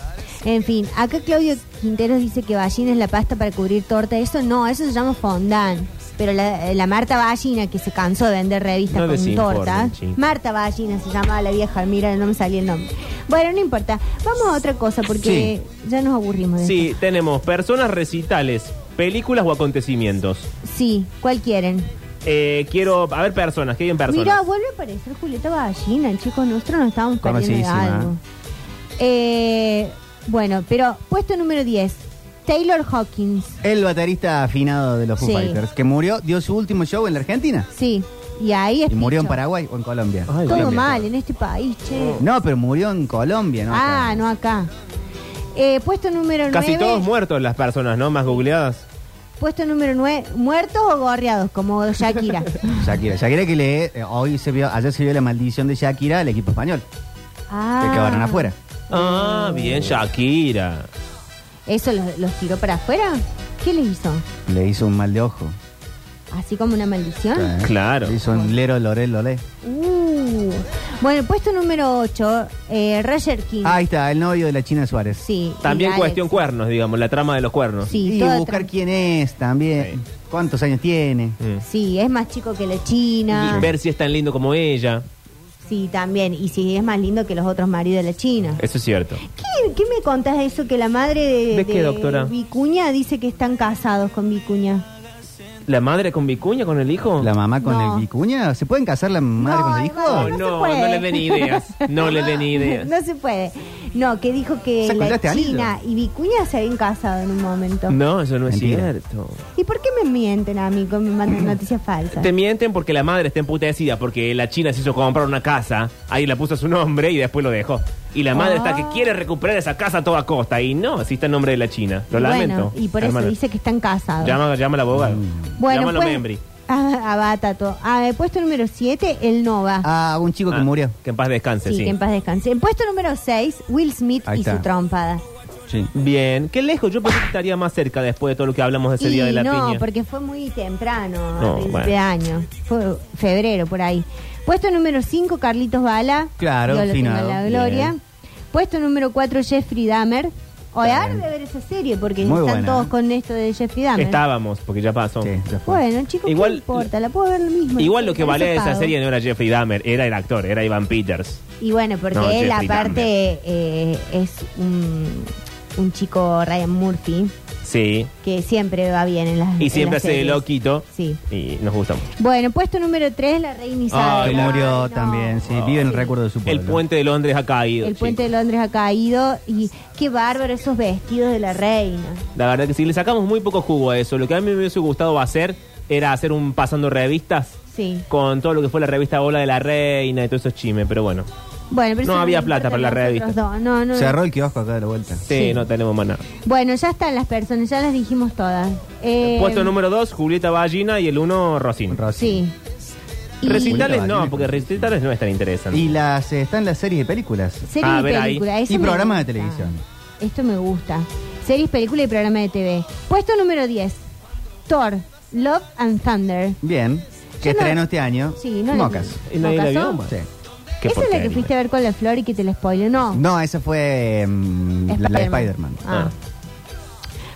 Speaker 1: en fin, acá Claudio Quinteros dice que ballina es la pasta para cubrir torta. Eso no, eso se llama fondant. Pero la, eh, la Marta Ballina, que se cansó de vender revistas
Speaker 2: No
Speaker 1: con
Speaker 2: desinformen,
Speaker 1: torta.
Speaker 2: chicos.
Speaker 1: Marta Ballina se llamaba la vieja, mira, no me salía el nombre. Bueno, no importa. Vamos a otra cosa porque ya nos aburrimos de
Speaker 2: Sí, tenemos personas recitales, películas o acontecimientos.
Speaker 1: esto. Sí, ¿cuál quieren?
Speaker 2: Eh, quiero, a ver, personas, que hay en personas?
Speaker 1: Mira, vuelve a aparecer Julieta Ballina, chicos, nosotros nos estábamos perdiendo de
Speaker 3: Conocidísima.
Speaker 1: algo. Eh, bueno, pero puesto número 10, Taylor Hawkins.
Speaker 3: El baterista afinado de los Foo
Speaker 1: Sí.
Speaker 3: Fighters, que murió, dio su último show en la Argentina.
Speaker 1: Sí, y ahí es
Speaker 3: Y murió en
Speaker 1: picho.
Speaker 3: Paraguay o en Colombia.
Speaker 2: Ay,
Speaker 1: Todo
Speaker 2: Colombia.
Speaker 1: mal en este país, che.
Speaker 3: No, pero murió en Colombia, ¿no?
Speaker 1: ah, no acá. Eh, puesto número 9.
Speaker 2: Casi todos muertos las personas, ¿no? Más googleadas.
Speaker 1: Mm. Puesto número 9. ¿Muertos o gorreados? Como Shakira.
Speaker 3: Shakira, Shakira que le, eh, hoy se vio, ayer se vio la maldición de Shakira al equipo español,
Speaker 1: ah,
Speaker 3: que quedaron afuera.
Speaker 2: Ah, bien, Shakira.
Speaker 1: ¿Eso lo- los, tiró para afuera? ¿Qué les hizo?
Speaker 3: Le hizo un mal de ojo. Eh,
Speaker 1: ¿Así como una maldición?
Speaker 2: Claro.
Speaker 3: Le hizo un lero, loré, lolé.
Speaker 1: Uh. Bueno, puesto número 8. Eh, Roger King.
Speaker 3: Ah, ahí está, el novio de la China Suárez.
Speaker 1: Sí.
Speaker 2: También
Speaker 1: y Alex.
Speaker 2: cuestión cuernos, digamos, la trama de los cuernos.
Speaker 1: Sí,
Speaker 3: y
Speaker 1: todo
Speaker 3: buscar
Speaker 1: tra-
Speaker 3: quién es también.
Speaker 2: Sí.
Speaker 3: ¿Cuántos años tiene?
Speaker 2: Mm.
Speaker 1: Sí, es más chico que la
Speaker 2: Y
Speaker 1: China.
Speaker 2: ver si es tan lindo como ella.
Speaker 1: Sí, también. Y si es más lindo que los otros maridos de la China.
Speaker 2: Eso es cierto.
Speaker 1: ¿Qué, qué me contás de eso que la madre de,
Speaker 2: ¿De qué, doctora?
Speaker 1: Vicuña dice que están casados con Vicuña?
Speaker 2: ¿La madre con Vicuña, con el hijo?
Speaker 3: ¿La mamá con
Speaker 1: No.
Speaker 3: el vicuña? ¿Se pueden casar la madre
Speaker 1: No,
Speaker 3: con el
Speaker 1: no,
Speaker 2: Oh,
Speaker 3: hijo?
Speaker 1: se
Speaker 2: no,
Speaker 1: puede.
Speaker 2: no le den ideas. No le den ideas.
Speaker 1: no se puede. No, que dijo que
Speaker 3: ¿Sacó
Speaker 1: la
Speaker 3: este anillo?
Speaker 1: China y Vicuña se habían casado en un momento.
Speaker 2: No, eso no es
Speaker 3: Mentira.
Speaker 2: cierto.
Speaker 1: ¿Y por qué me mienten a mí cuando me mandan noticias falsas?
Speaker 2: Te mienten porque la madre está emputecida porque la china se hizo comprar una casa, ahí la puso a su nombre y después lo dejó. Y la madre está que
Speaker 1: Ah.
Speaker 2: quiere recuperar esa casa a toda costa. Y no, así está el nombre de la china. Lo
Speaker 1: bueno,
Speaker 2: lamento.
Speaker 1: y por eso
Speaker 2: hermana.
Speaker 1: dice que están casados.
Speaker 2: Llama, llama al abogado.
Speaker 3: Mm.
Speaker 1: bueno,
Speaker 2: Llámalo
Speaker 1: pues-
Speaker 2: Membri.
Speaker 1: Ah, Abatato. Ah, el puesto número 7, el Nova.
Speaker 3: Ah, un chico que
Speaker 2: Ah,
Speaker 3: murió.
Speaker 2: Que en paz descanse,
Speaker 1: sí,
Speaker 2: sí.
Speaker 1: que en paz descanse. En puesto número 6, Will Smith
Speaker 3: Ahí
Speaker 1: y
Speaker 3: está.
Speaker 1: su trompada.
Speaker 3: Sí.
Speaker 2: Bien, qué lejos. Yo pensé que estaría más cerca después de todo lo que hablamos ese día
Speaker 1: Y
Speaker 2: de la
Speaker 1: no,
Speaker 2: piña.
Speaker 1: porque fue muy temprano,
Speaker 2: No,
Speaker 1: a principio
Speaker 2: bueno.
Speaker 1: de año. Fue febrero, por ahí. Puesto número 5, Carlitos Bala.
Speaker 3: Claro,
Speaker 1: Dios lo tenga
Speaker 3: finado,
Speaker 1: la gloria.
Speaker 3: bien.
Speaker 1: Puesto número 4, Jeffrey Dahmer. O ahora de ver esa serie, porque
Speaker 3: Muy
Speaker 1: están
Speaker 3: buena.
Speaker 1: todos con esto de Jeffrey Dahmer.
Speaker 2: Estábamos, porque ya pasó.
Speaker 3: Sí, ya fue.
Speaker 1: Bueno, chicos,
Speaker 2: Igual-
Speaker 1: ¿qué importa? La puedo ver lo mismo.
Speaker 2: Igual lo que
Speaker 1: Por eso
Speaker 2: valía de esa
Speaker 1: pago.
Speaker 2: serie no era Jeffrey Dahmer, era el actor, era Ivan Peters.
Speaker 1: Y bueno, porque
Speaker 2: No,
Speaker 1: él
Speaker 2: Jeffrey
Speaker 1: aparte eh, es un, un chico Ryan Murphy
Speaker 2: Sí.
Speaker 1: que siempre va bien en las en
Speaker 2: Y siempre
Speaker 1: las
Speaker 2: hace de
Speaker 1: series.
Speaker 2: loquito.
Speaker 1: Sí.
Speaker 2: Y nos gusta mucho.
Speaker 1: Bueno, puesto número 3, la reina
Speaker 2: Ay,
Speaker 1: Isabel.
Speaker 3: Que
Speaker 2: no.
Speaker 3: murió
Speaker 1: Ay, no.
Speaker 3: también, sí. Vive en el recuerdo de su pueblo.
Speaker 2: El puente de Londres ha caído.
Speaker 1: El puente
Speaker 2: chicos.
Speaker 1: de Londres ha caído y qué bárbaro esos vestidos de la reina.
Speaker 2: La verdad que sí, le sacamos muy poco jugo a eso. Lo que a mí me hubiese gustado hacer era hacer un pasando revistas
Speaker 1: Sí.
Speaker 2: con todo lo que fue la revista Bola de la Reina y todos esos chimes, pero bueno.
Speaker 1: Bueno, pero
Speaker 2: No
Speaker 1: eso
Speaker 2: había
Speaker 1: le
Speaker 2: plata
Speaker 1: importa
Speaker 2: para la
Speaker 1: a nosotros
Speaker 2: revista.
Speaker 1: dos. No, no.
Speaker 3: Cerró el kiosco acá de la vuelta.
Speaker 2: Sí,
Speaker 1: Sí.
Speaker 2: no tenemos más nada.
Speaker 1: Bueno, ya están las personas, ya las dijimos todas. Eh,
Speaker 2: Puesto número 2, Julieta Ballina y el 1, Rocín.
Speaker 3: Rosy.
Speaker 1: Sí. Y
Speaker 2: Recitales
Speaker 3: Julieta
Speaker 2: no,
Speaker 3: Ballina.
Speaker 2: porque recitales no es tan interesante.
Speaker 3: Y las eh, están las series de películas.
Speaker 1: series
Speaker 2: Ah, A
Speaker 1: y
Speaker 2: ver ahí.
Speaker 1: películas. eso
Speaker 3: Y
Speaker 1: me
Speaker 3: programas de
Speaker 1: gusta.
Speaker 3: televisión.
Speaker 1: Esto me gusta. Series, películas y programas de TV. Puesto número 10. Thor, Love and Thunder.
Speaker 3: Bien. Que
Speaker 1: Yo no-
Speaker 3: estrenó este año.
Speaker 1: Sí, no la-
Speaker 3: Mocas.
Speaker 2: ¿Y nadie la
Speaker 1: ¿Mocasó?
Speaker 2: vio? Bueno.
Speaker 3: Sí.
Speaker 2: Qué
Speaker 1: Esa es la que
Speaker 2: porquería.
Speaker 1: fuiste a ver con la flor y que te la spoiló, no.
Speaker 3: No, esa fue mm, la de Spider-Man.
Speaker 1: Ah.
Speaker 2: Ah.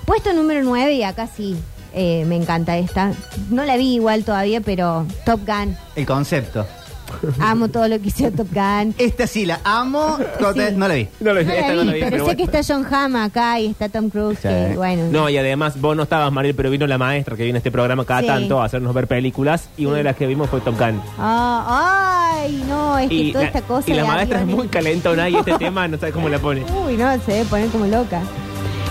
Speaker 1: Puesto número 9, y acá sí, eh, me encanta esta. No la vi igual todavía, pero Top Gun.
Speaker 3: El concepto.
Speaker 1: Amo todo lo que hizo Top Gun.
Speaker 3: Esta sí la amo. total, No la vi.
Speaker 2: No lo
Speaker 1: No la
Speaker 2: esta no
Speaker 1: vi,
Speaker 2: la vi,
Speaker 1: pero,
Speaker 2: pero
Speaker 1: sé que
Speaker 2: bueno.
Speaker 1: está John Hamm acá y está Tom Cruise,
Speaker 3: Sí.
Speaker 1: que bueno.
Speaker 2: No, y además vos no estabas, Mariel, pero vino la maestra que viene a este programa cada
Speaker 1: Sí.
Speaker 2: tanto a hacernos ver películas y una de las que vimos fue Top Gun.
Speaker 1: Ah, ay, no, es que
Speaker 2: Y
Speaker 1: toda
Speaker 2: la,
Speaker 1: esta cosa
Speaker 2: y la
Speaker 1: de
Speaker 2: maestra es
Speaker 1: aviones.
Speaker 2: muy calentona y este tema no sabe cómo la pone.
Speaker 1: Uy, no, se debe poner como loca.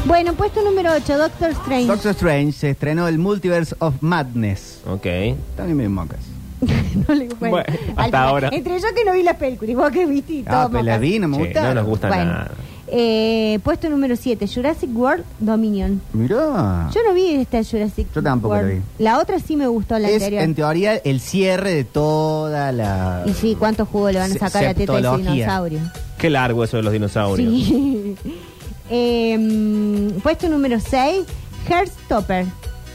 Speaker 1: Bueno, puesto número 8, Doctor Strange.
Speaker 3: Doctor Strange se estrenó el Multiverse of Madness.
Speaker 2: Ok.
Speaker 3: También me mocas.
Speaker 1: No le-
Speaker 2: Bueno, hasta
Speaker 1: al final,
Speaker 2: ahora.
Speaker 1: Entre yo que no vi las películas y vos que viste y
Speaker 3: Ah,
Speaker 1: todo.
Speaker 3: pero la
Speaker 1: mocas.
Speaker 3: vi, no me
Speaker 2: Che,
Speaker 3: gusta.
Speaker 2: Eh, no nos gusta
Speaker 1: Bueno.
Speaker 2: nada.
Speaker 1: Eh, puesto número 7, Jurassic World Dominion.
Speaker 3: Mirá.
Speaker 1: Yo no vi esta Jurassic
Speaker 3: Yo tampoco la
Speaker 1: World. La otra sí me gustó, la
Speaker 3: es,
Speaker 1: anterior.
Speaker 3: en teoría, el cierre de toda la...
Speaker 1: Y sí, ¿cuánto jugo le van a
Speaker 3: Se-
Speaker 1: sacar a teta a ese
Speaker 3: septología.
Speaker 1: dinosaurio?
Speaker 2: Qué largo eso de los dinosaurios.
Speaker 1: Em, Sí. Eh, puesto número 6, Heartstopper.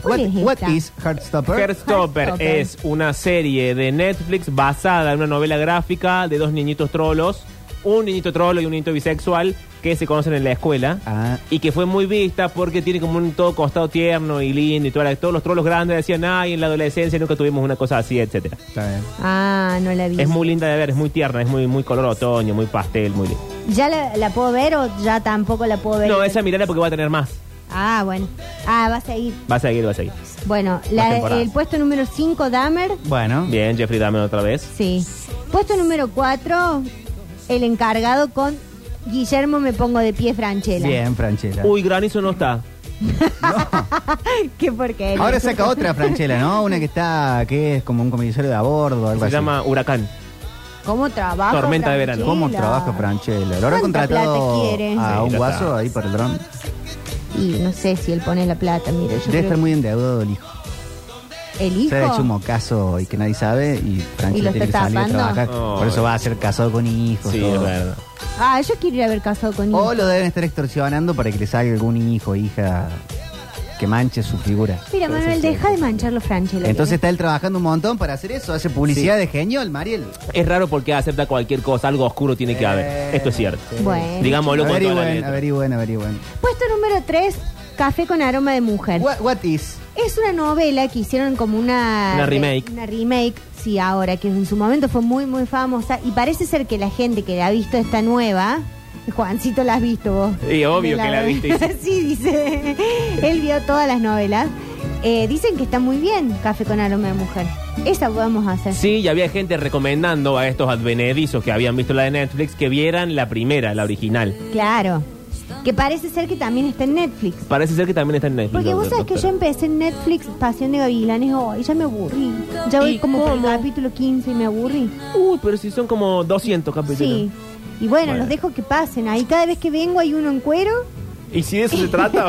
Speaker 1: ¿Cuál
Speaker 3: What-
Speaker 1: es
Speaker 3: what
Speaker 1: esta?
Speaker 3: is Heartstopper?
Speaker 2: Heartstopper
Speaker 1: Heartstopper.
Speaker 2: es una serie de Netflix basada en una novela gráfica de dos niñitos trolos, un niñito trolo y un niñito bisexual que se conocen en la escuela
Speaker 3: Ah.
Speaker 2: y que fue muy vista porque tiene como un todo costado tierno y lindo y toda la- todos los trolos grandes decían, ay, en la adolescencia nunca tuvimos una cosa así, etcétera.
Speaker 3: Está bien.
Speaker 1: Ah, no la vi.
Speaker 2: Es muy linda de ver, es muy tierna, es muy, muy color otoño, muy pastel, muy lindo.
Speaker 1: ¿Ya la, la puedo ver o ya tampoco la puedo ver?
Speaker 2: No, esa mirada porque va a tener más.
Speaker 1: Ah, bueno. Ah, va a seguir.
Speaker 2: Va a seguir, va a seguir.
Speaker 1: Bueno, la-
Speaker 2: temporadas.
Speaker 1: el puesto número 5, Dahmer.
Speaker 3: Bueno,
Speaker 2: Bien, Jeffrey Dahmer otra vez.
Speaker 1: Sí. Puesto número 4, el encargado con Guillermo Me Pongo de Pie Franchella.
Speaker 3: bien, Franchella.
Speaker 2: Uy, granizo no está.
Speaker 1: Qué porquería.
Speaker 3: Ahora saca otra Franchella, ¿no? Una que está, que es como un comisario de a bordo, algo
Speaker 2: Se
Speaker 3: así.
Speaker 2: llama Huracán.
Speaker 1: ¿Cómo trabaja?
Speaker 2: Tormenta de verano.
Speaker 3: ¿Cómo
Speaker 1: Franchella?
Speaker 3: trabaja Franchella? ¿Lo
Speaker 1: ¿Cuánta
Speaker 3: habrá contratado
Speaker 1: plata quiere?
Speaker 3: a
Speaker 2: Sí,
Speaker 3: un
Speaker 2: ya
Speaker 3: guaso
Speaker 2: está.
Speaker 3: ahí por el dron?
Speaker 1: Y no sé si él pone la plata, mira. Yo
Speaker 3: Debe
Speaker 1: creo
Speaker 3: estar muy endeudado el hijo.
Speaker 1: que el
Speaker 3: Se ha hecho
Speaker 1: hijo.
Speaker 3: un mocazo y que nadie sabe y
Speaker 1: ¿Y lo
Speaker 3: Franchella tiene que
Speaker 1: está
Speaker 3: salir a
Speaker 1: tapando?
Speaker 3: trabajar.
Speaker 2: Oh.
Speaker 3: Por eso va a ser casado con hijos.
Speaker 2: Sí,
Speaker 3: todo.
Speaker 2: es verdad.
Speaker 1: Ah, yo quiero ir a ver casado con él.
Speaker 3: O lo deben estar extorsionando para que le salga algún hijo, hija, que manche su figura.
Speaker 1: Mira, Manuel, deja de mancharlo, Franchella.
Speaker 3: Entonces está él trabajando un montón para hacer eso. Hace publicidad de genio el Mariel.
Speaker 2: Es raro porque acepta cualquier cosa, algo oscuro tiene que haber. Esto es cierto.
Speaker 1: Bueno.
Speaker 2: Digámoslo con toda la
Speaker 3: Averigüen,
Speaker 2: letra.
Speaker 3: averigüen, averigüen.
Speaker 1: Puesto número 3, Café con aroma de mujer.
Speaker 3: What, what is?
Speaker 1: Es una novela que hicieron como una... eh,
Speaker 2: Una remake.
Speaker 1: Una remake, sí, ahora, que en su momento fue muy, muy famosa. Y parece ser que la gente que la ha visto esta nueva... Juancito la has visto vos.
Speaker 2: Sí, obvio que la
Speaker 1: ve.
Speaker 2: viste, dice.
Speaker 1: sí, dice. Él vio todas las novelas. Eh, dicen que está muy bien Café con aroma de mujer. Esa podemos hacer.
Speaker 2: Sí, y había gente recomendando a estos advenedizos que habían visto la de Netflix que vieran la primera, la original.
Speaker 1: Claro. Que parece ser que también está en Netflix.
Speaker 2: Parece ser que también está en Netflix.
Speaker 1: Porque vos sabés que yo
Speaker 2: doctora.
Speaker 1: empecé en Netflix Pasión de Gavilanes hoy, ya me aburrí. Ya voy
Speaker 2: ¿Y
Speaker 1: como por el
Speaker 2: cómo?
Speaker 1: capítulo 15 y me aburrí.
Speaker 2: Uy, pero si son como 200 capítulos.
Speaker 1: Sí. Y bueno,
Speaker 2: Bueno.
Speaker 1: los dejo que pasen. Ahí cada vez que vengo hay uno en cuero
Speaker 2: ¿Y si de eso se trata?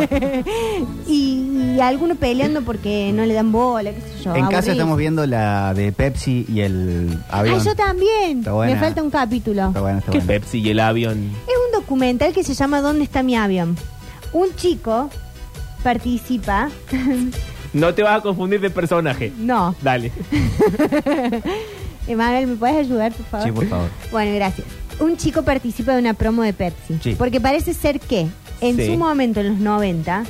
Speaker 1: y, y alguno peleando porque no le dan bola, qué sé yo.
Speaker 3: En casa
Speaker 1: aburrí.
Speaker 3: estamos viendo la de Pepsi y el avión.
Speaker 1: Ay, Ah, yo también.
Speaker 3: Está buena.
Speaker 1: Me falta un capítulo.
Speaker 3: Está bueno, está
Speaker 2: ¿Qué
Speaker 3: bueno.
Speaker 2: Pepsi y el avión?
Speaker 1: Es un documental que se llama ¿Dónde está mi avión? Un chico participa.
Speaker 2: No te vas a confundir de personaje.
Speaker 1: no.
Speaker 2: Dale.
Speaker 1: Emanuel, ¿me puedes ayudar, por favor?
Speaker 3: Sí, por favor.
Speaker 1: Bueno, gracias. Un chico participa de una promo de Pepsi.
Speaker 3: Sí.
Speaker 1: Porque parece ser que en
Speaker 2: Sí.
Speaker 1: su momento, en los 90,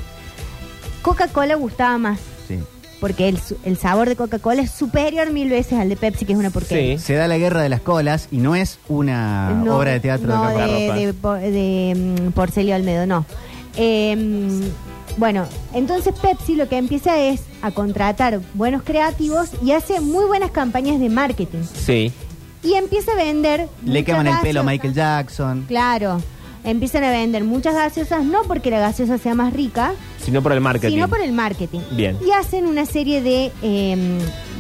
Speaker 1: Coca-Cola gustaba más.
Speaker 3: Sí.
Speaker 1: Porque el, su- el sabor de Coca-Cola es superior mil veces al de Pepsi, que es una porquería.
Speaker 2: Sí.
Speaker 3: Se da la guerra de las colas y no es una
Speaker 1: No,
Speaker 3: Ah, obra de teatro
Speaker 1: no,
Speaker 3: de
Speaker 1: de,
Speaker 3: Caparro.
Speaker 1: de por- de, mm, Porcelio Almedo, no. Eh, bueno, entonces Pepsi lo que empieza es a contratar buenos creativos y hace muy buenas campañas de marketing.
Speaker 2: Sí.
Speaker 1: Y empieza a vender.
Speaker 3: Le
Speaker 1: muchas
Speaker 3: queman el pelo a
Speaker 1: gaseosas.
Speaker 3: Michael Jackson.
Speaker 1: Claro. Empiezan a vender muchas gaseosas, no porque la gaseosa sea más rica,
Speaker 2: Sino por el marketing.
Speaker 1: sino por el marketing.
Speaker 2: Bien.
Speaker 1: Y hacen una serie de, eh,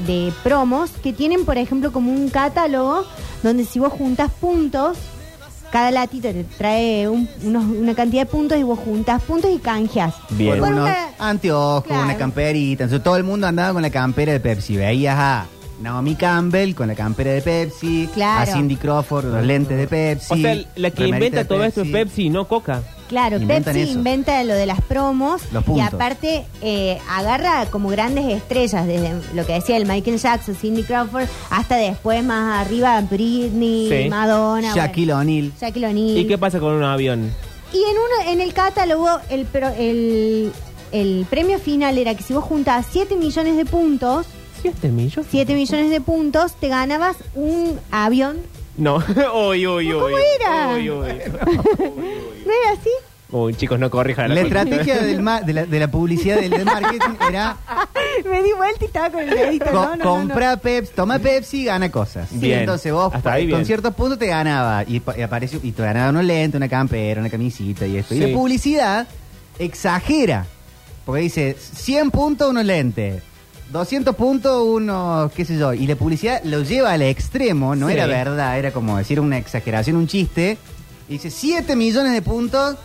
Speaker 1: de promos que tienen, por ejemplo, como un catálogo donde si vos juntas puntos, cada latita te trae un- unos- una cantidad de puntos y vos juntas puntos y canjeas.
Speaker 2: Bien.
Speaker 3: Por
Speaker 1: Por
Speaker 3: unos
Speaker 1: una-
Speaker 3: anteojos,
Speaker 1: Claro.
Speaker 3: una camperita. Entonces todo el mundo andaba con la campera de Pepsi. Veías a Naomi Campbell con la campera de Pepsi.
Speaker 1: Claro.
Speaker 3: A Cindy Crawford, los lentes de Pepsi.
Speaker 2: o sea, la
Speaker 3: remerita
Speaker 2: que inventa
Speaker 3: de
Speaker 2: todo esto es Pepsi y no Coca.
Speaker 1: Claro,
Speaker 3: Inventan
Speaker 1: Pepsi
Speaker 3: eso.
Speaker 1: inventa lo de las promos
Speaker 3: Los
Speaker 1: y
Speaker 3: puntos.
Speaker 1: aparte eh, agarra como grandes estrellas, desde lo que decía el Michael Jackson, Cindy Crawford, hasta después más arriba Britney,
Speaker 2: Sí.
Speaker 1: Madonna, bueno,
Speaker 3: Shaquille O'Neal.
Speaker 1: Shaquille O'Neal.
Speaker 2: ¿Y qué pasa con un avión?
Speaker 1: Y en uno, en el catálogo, el, pro- el, el premio final era que si vos juntabas 7 millones de puntos,
Speaker 2: ¿Siete millones?
Speaker 1: 7 millones de puntos, te ganabas un avión.
Speaker 2: No. Uy, uy, uy.
Speaker 1: ¿Cómo
Speaker 2: uy.
Speaker 1: era?
Speaker 2: Uy, uy.
Speaker 1: ¿No era así?
Speaker 2: Uy, chicos, no corrijan.
Speaker 3: La
Speaker 2: cosa.
Speaker 3: estrategia del ma- de, la, de la publicidad del, del marketing era
Speaker 1: Me di vuelta y estaba con el dedito.
Speaker 3: co-
Speaker 1: no, no, no, no.
Speaker 3: compra Pepsi, toma Pepsi y gana cosas.
Speaker 2: Sí. Bien.
Speaker 3: Entonces vos
Speaker 2: Hasta ahí
Speaker 3: con
Speaker 2: bien.
Speaker 3: ciertos puntos te ganaba y, pa- y apareció y te ganaba unos lentes, una campera, una camisita y esto. Y
Speaker 2: Sí.
Speaker 3: la publicidad exagera. Porque dice 100 puntos unos lentes, 200 puntos unos qué sé yo, y la publicidad lo lleva al extremo, no
Speaker 2: Sí.
Speaker 3: era verdad, era como decir una exageración, un chiste. Y dice 7 millones de puntos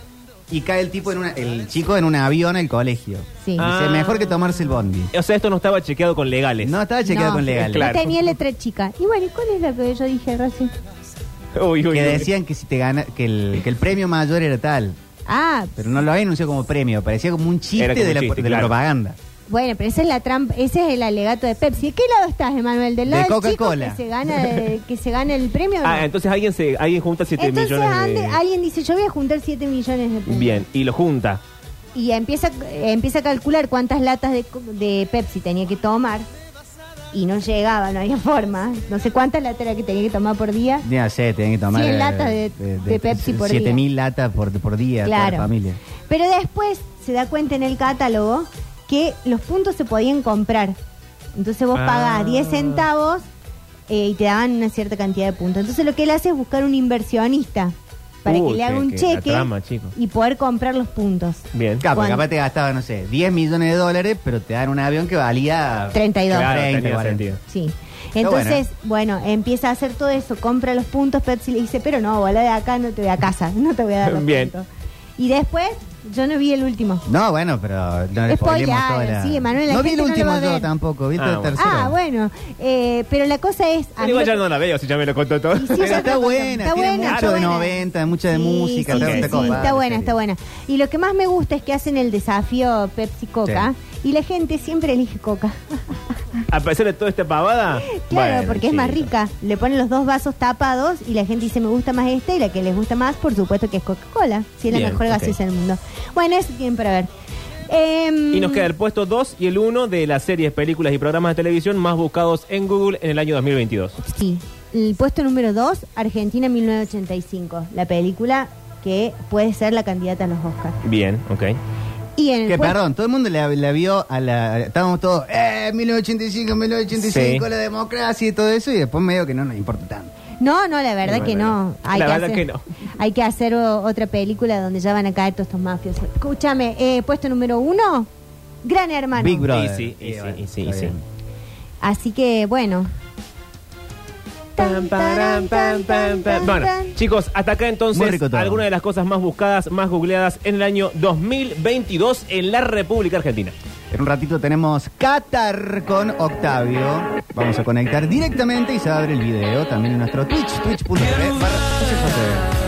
Speaker 3: y cae el tipo en una, el chico en un avión al colegio.
Speaker 1: Sí.
Speaker 2: Ah.
Speaker 3: Dice, mejor que tomarse el bondi.
Speaker 2: O sea, esto no estaba chequeado con legales.
Speaker 3: No, estaba chequeado
Speaker 1: No.
Speaker 3: con legales.
Speaker 2: Claro.
Speaker 1: No tenía letra chica. Y bueno, ¿y cuál es la que yo dije recién?
Speaker 2: Uy, uy,
Speaker 3: Que
Speaker 2: uy.
Speaker 3: decían que si te gana, que el, que el premio mayor era tal,
Speaker 1: Ah,
Speaker 3: pero no lo había anunciado como premio, parecía como un chiste,
Speaker 2: Era como
Speaker 3: de,
Speaker 2: un
Speaker 3: la,
Speaker 2: chiste,
Speaker 3: de la
Speaker 2: claro.
Speaker 3: propaganda.
Speaker 1: Bueno, pero esa es la trampa, ese es el alegato de Pepsi. ¿De qué lado estás, Emanuel? ¿Del
Speaker 3: De
Speaker 1: lado del chico
Speaker 3: Coca-Cola.
Speaker 1: que se gana de- que se gana el premio? o no?
Speaker 2: Ah, entonces alguien se alguien junta 7
Speaker 1: Entonces
Speaker 2: millones de...
Speaker 1: ande- alguien dice, yo voy a juntar 7 millones de pesos.
Speaker 2: Bien, y lo junta.
Speaker 1: Y empieza, eh, empieza a calcular cuántas latas de, co- de Pepsi tenía que tomar. Y no llegaba, no había forma. No sé cuántas latas era que tenía que tomar por día.
Speaker 3: Ya sé, tienen que tomar.
Speaker 1: 100
Speaker 3: eh,
Speaker 1: latas de- de Pepsi por día.
Speaker 3: 7000 latas por, por día,
Speaker 1: Claro.
Speaker 3: claro. la familia.
Speaker 1: Pero después se da cuenta en el catálogo que los puntos se podían comprar. Entonces vos
Speaker 2: Ah.
Speaker 1: pagás 10 centavos eh, y te daban una cierta cantidad de puntos. Entonces lo que él hace es buscar un inversionista para
Speaker 2: Uy,
Speaker 1: que le haga
Speaker 2: qué-
Speaker 1: un
Speaker 2: qué- la
Speaker 1: cheque
Speaker 2: trama, chico.
Speaker 1: y poder comprar los puntos.
Speaker 2: Bien.
Speaker 3: Claro, porque
Speaker 1: ¿Cuánto?
Speaker 3: capaz te gastaba, no sé, 10 millones de dólares, pero te dan un avión que valía.
Speaker 1: 32.
Speaker 2: Claro,
Speaker 3: 30,
Speaker 2: tenía
Speaker 3: 40.
Speaker 2: sentido.
Speaker 1: Sí.
Speaker 3: Está
Speaker 1: Entonces, bueno. empieza a hacer todo eso, compra los puntos, Pepsi le dice, pero no, volá de acá, no te voy a casa, no te voy a dar los
Speaker 2: Bien.
Speaker 1: puntos. Y después, yo no vi el último.
Speaker 3: No, bueno, pero no le spoilemos
Speaker 1: Spoilaron,
Speaker 3: toda la...
Speaker 1: sí, Emanuel, la
Speaker 3: No vi el
Speaker 1: gente no lo
Speaker 3: último
Speaker 1: va a
Speaker 3: yo
Speaker 1: ver.
Speaker 3: tampoco, vi el
Speaker 2: Ah, bueno.
Speaker 3: tercero.
Speaker 1: Ah, bueno, eh, pero la cosa es... a mí
Speaker 2: Igual
Speaker 1: lo
Speaker 2: ya
Speaker 1: que-
Speaker 2: no la veo si ya me lo contó todo.
Speaker 1: Y sí,
Speaker 3: Pero
Speaker 1: ya
Speaker 3: está
Speaker 1: te lo conté.
Speaker 3: buena, tiene mucho de 90, mucho de música,
Speaker 1: Sí,
Speaker 2: está
Speaker 1: sí,
Speaker 2: bastante
Speaker 1: sí,
Speaker 2: copada
Speaker 1: está
Speaker 3: la
Speaker 1: buena,
Speaker 3: serie.
Speaker 1: está buena. Y lo que más me gusta es que hacen el desafío Pepsi Coca y la gente siempre elige Coca.
Speaker 2: A pesar de toda esta pavada.
Speaker 1: Claro,
Speaker 2: bueno,
Speaker 1: porque es más
Speaker 2: chico.
Speaker 1: rica. Le ponen los dos vasos tapados y la gente dice me gusta más esta y la que les gusta más, por supuesto que es Coca-Cola, si es la
Speaker 2: Bien,
Speaker 1: mejor
Speaker 2: ok.
Speaker 1: gaseosa del mundo. Bueno, eso tienen para ver. Em,
Speaker 2: Y nos queda el puesto 2 y el 1 de las series, películas y programas de televisión más buscados en Google en el año 2022.
Speaker 1: Sí, el puesto número 2, Argentina 1985, la película que puede ser la candidata a los Oscars.
Speaker 2: Bien, ok.
Speaker 1: Y en el
Speaker 3: Que
Speaker 1: puesto-
Speaker 3: perdón, todo el mundo la, la vio a la. Estábamos todos, eh, 1985, 1985,
Speaker 2: Sí.
Speaker 3: la democracia y todo eso, y después medio que no nos importa tanto.
Speaker 1: No, no, la verdad
Speaker 2: No,
Speaker 1: que
Speaker 2: no,
Speaker 1: no.
Speaker 2: no. La verdad
Speaker 1: hacer,
Speaker 2: que no.
Speaker 1: Hay que hacer o- otra película donde ya van a caer todos estos mafiosos. Escúchame, eh, puesto número uno, Gran Hermano.
Speaker 3: Big Brother. Eh,
Speaker 2: sí, y sí, y sí, y
Speaker 3: está
Speaker 2: sí.
Speaker 3: bien.
Speaker 1: Así que, bueno.
Speaker 2: Pam, param, pam, pam, pam. Bueno, chicos, hasta acá
Speaker 3: Muy
Speaker 2: entonces
Speaker 3: rico todo.
Speaker 2: algunas de las cosas más buscadas, más googleadas en el año 2022 en la República Argentina.
Speaker 3: En un ratito tenemos Qatar con Octavio. Vamos a conectar directamente y se abre el video también en nuestro Twitch, twitch.tv. barra sucesos TV.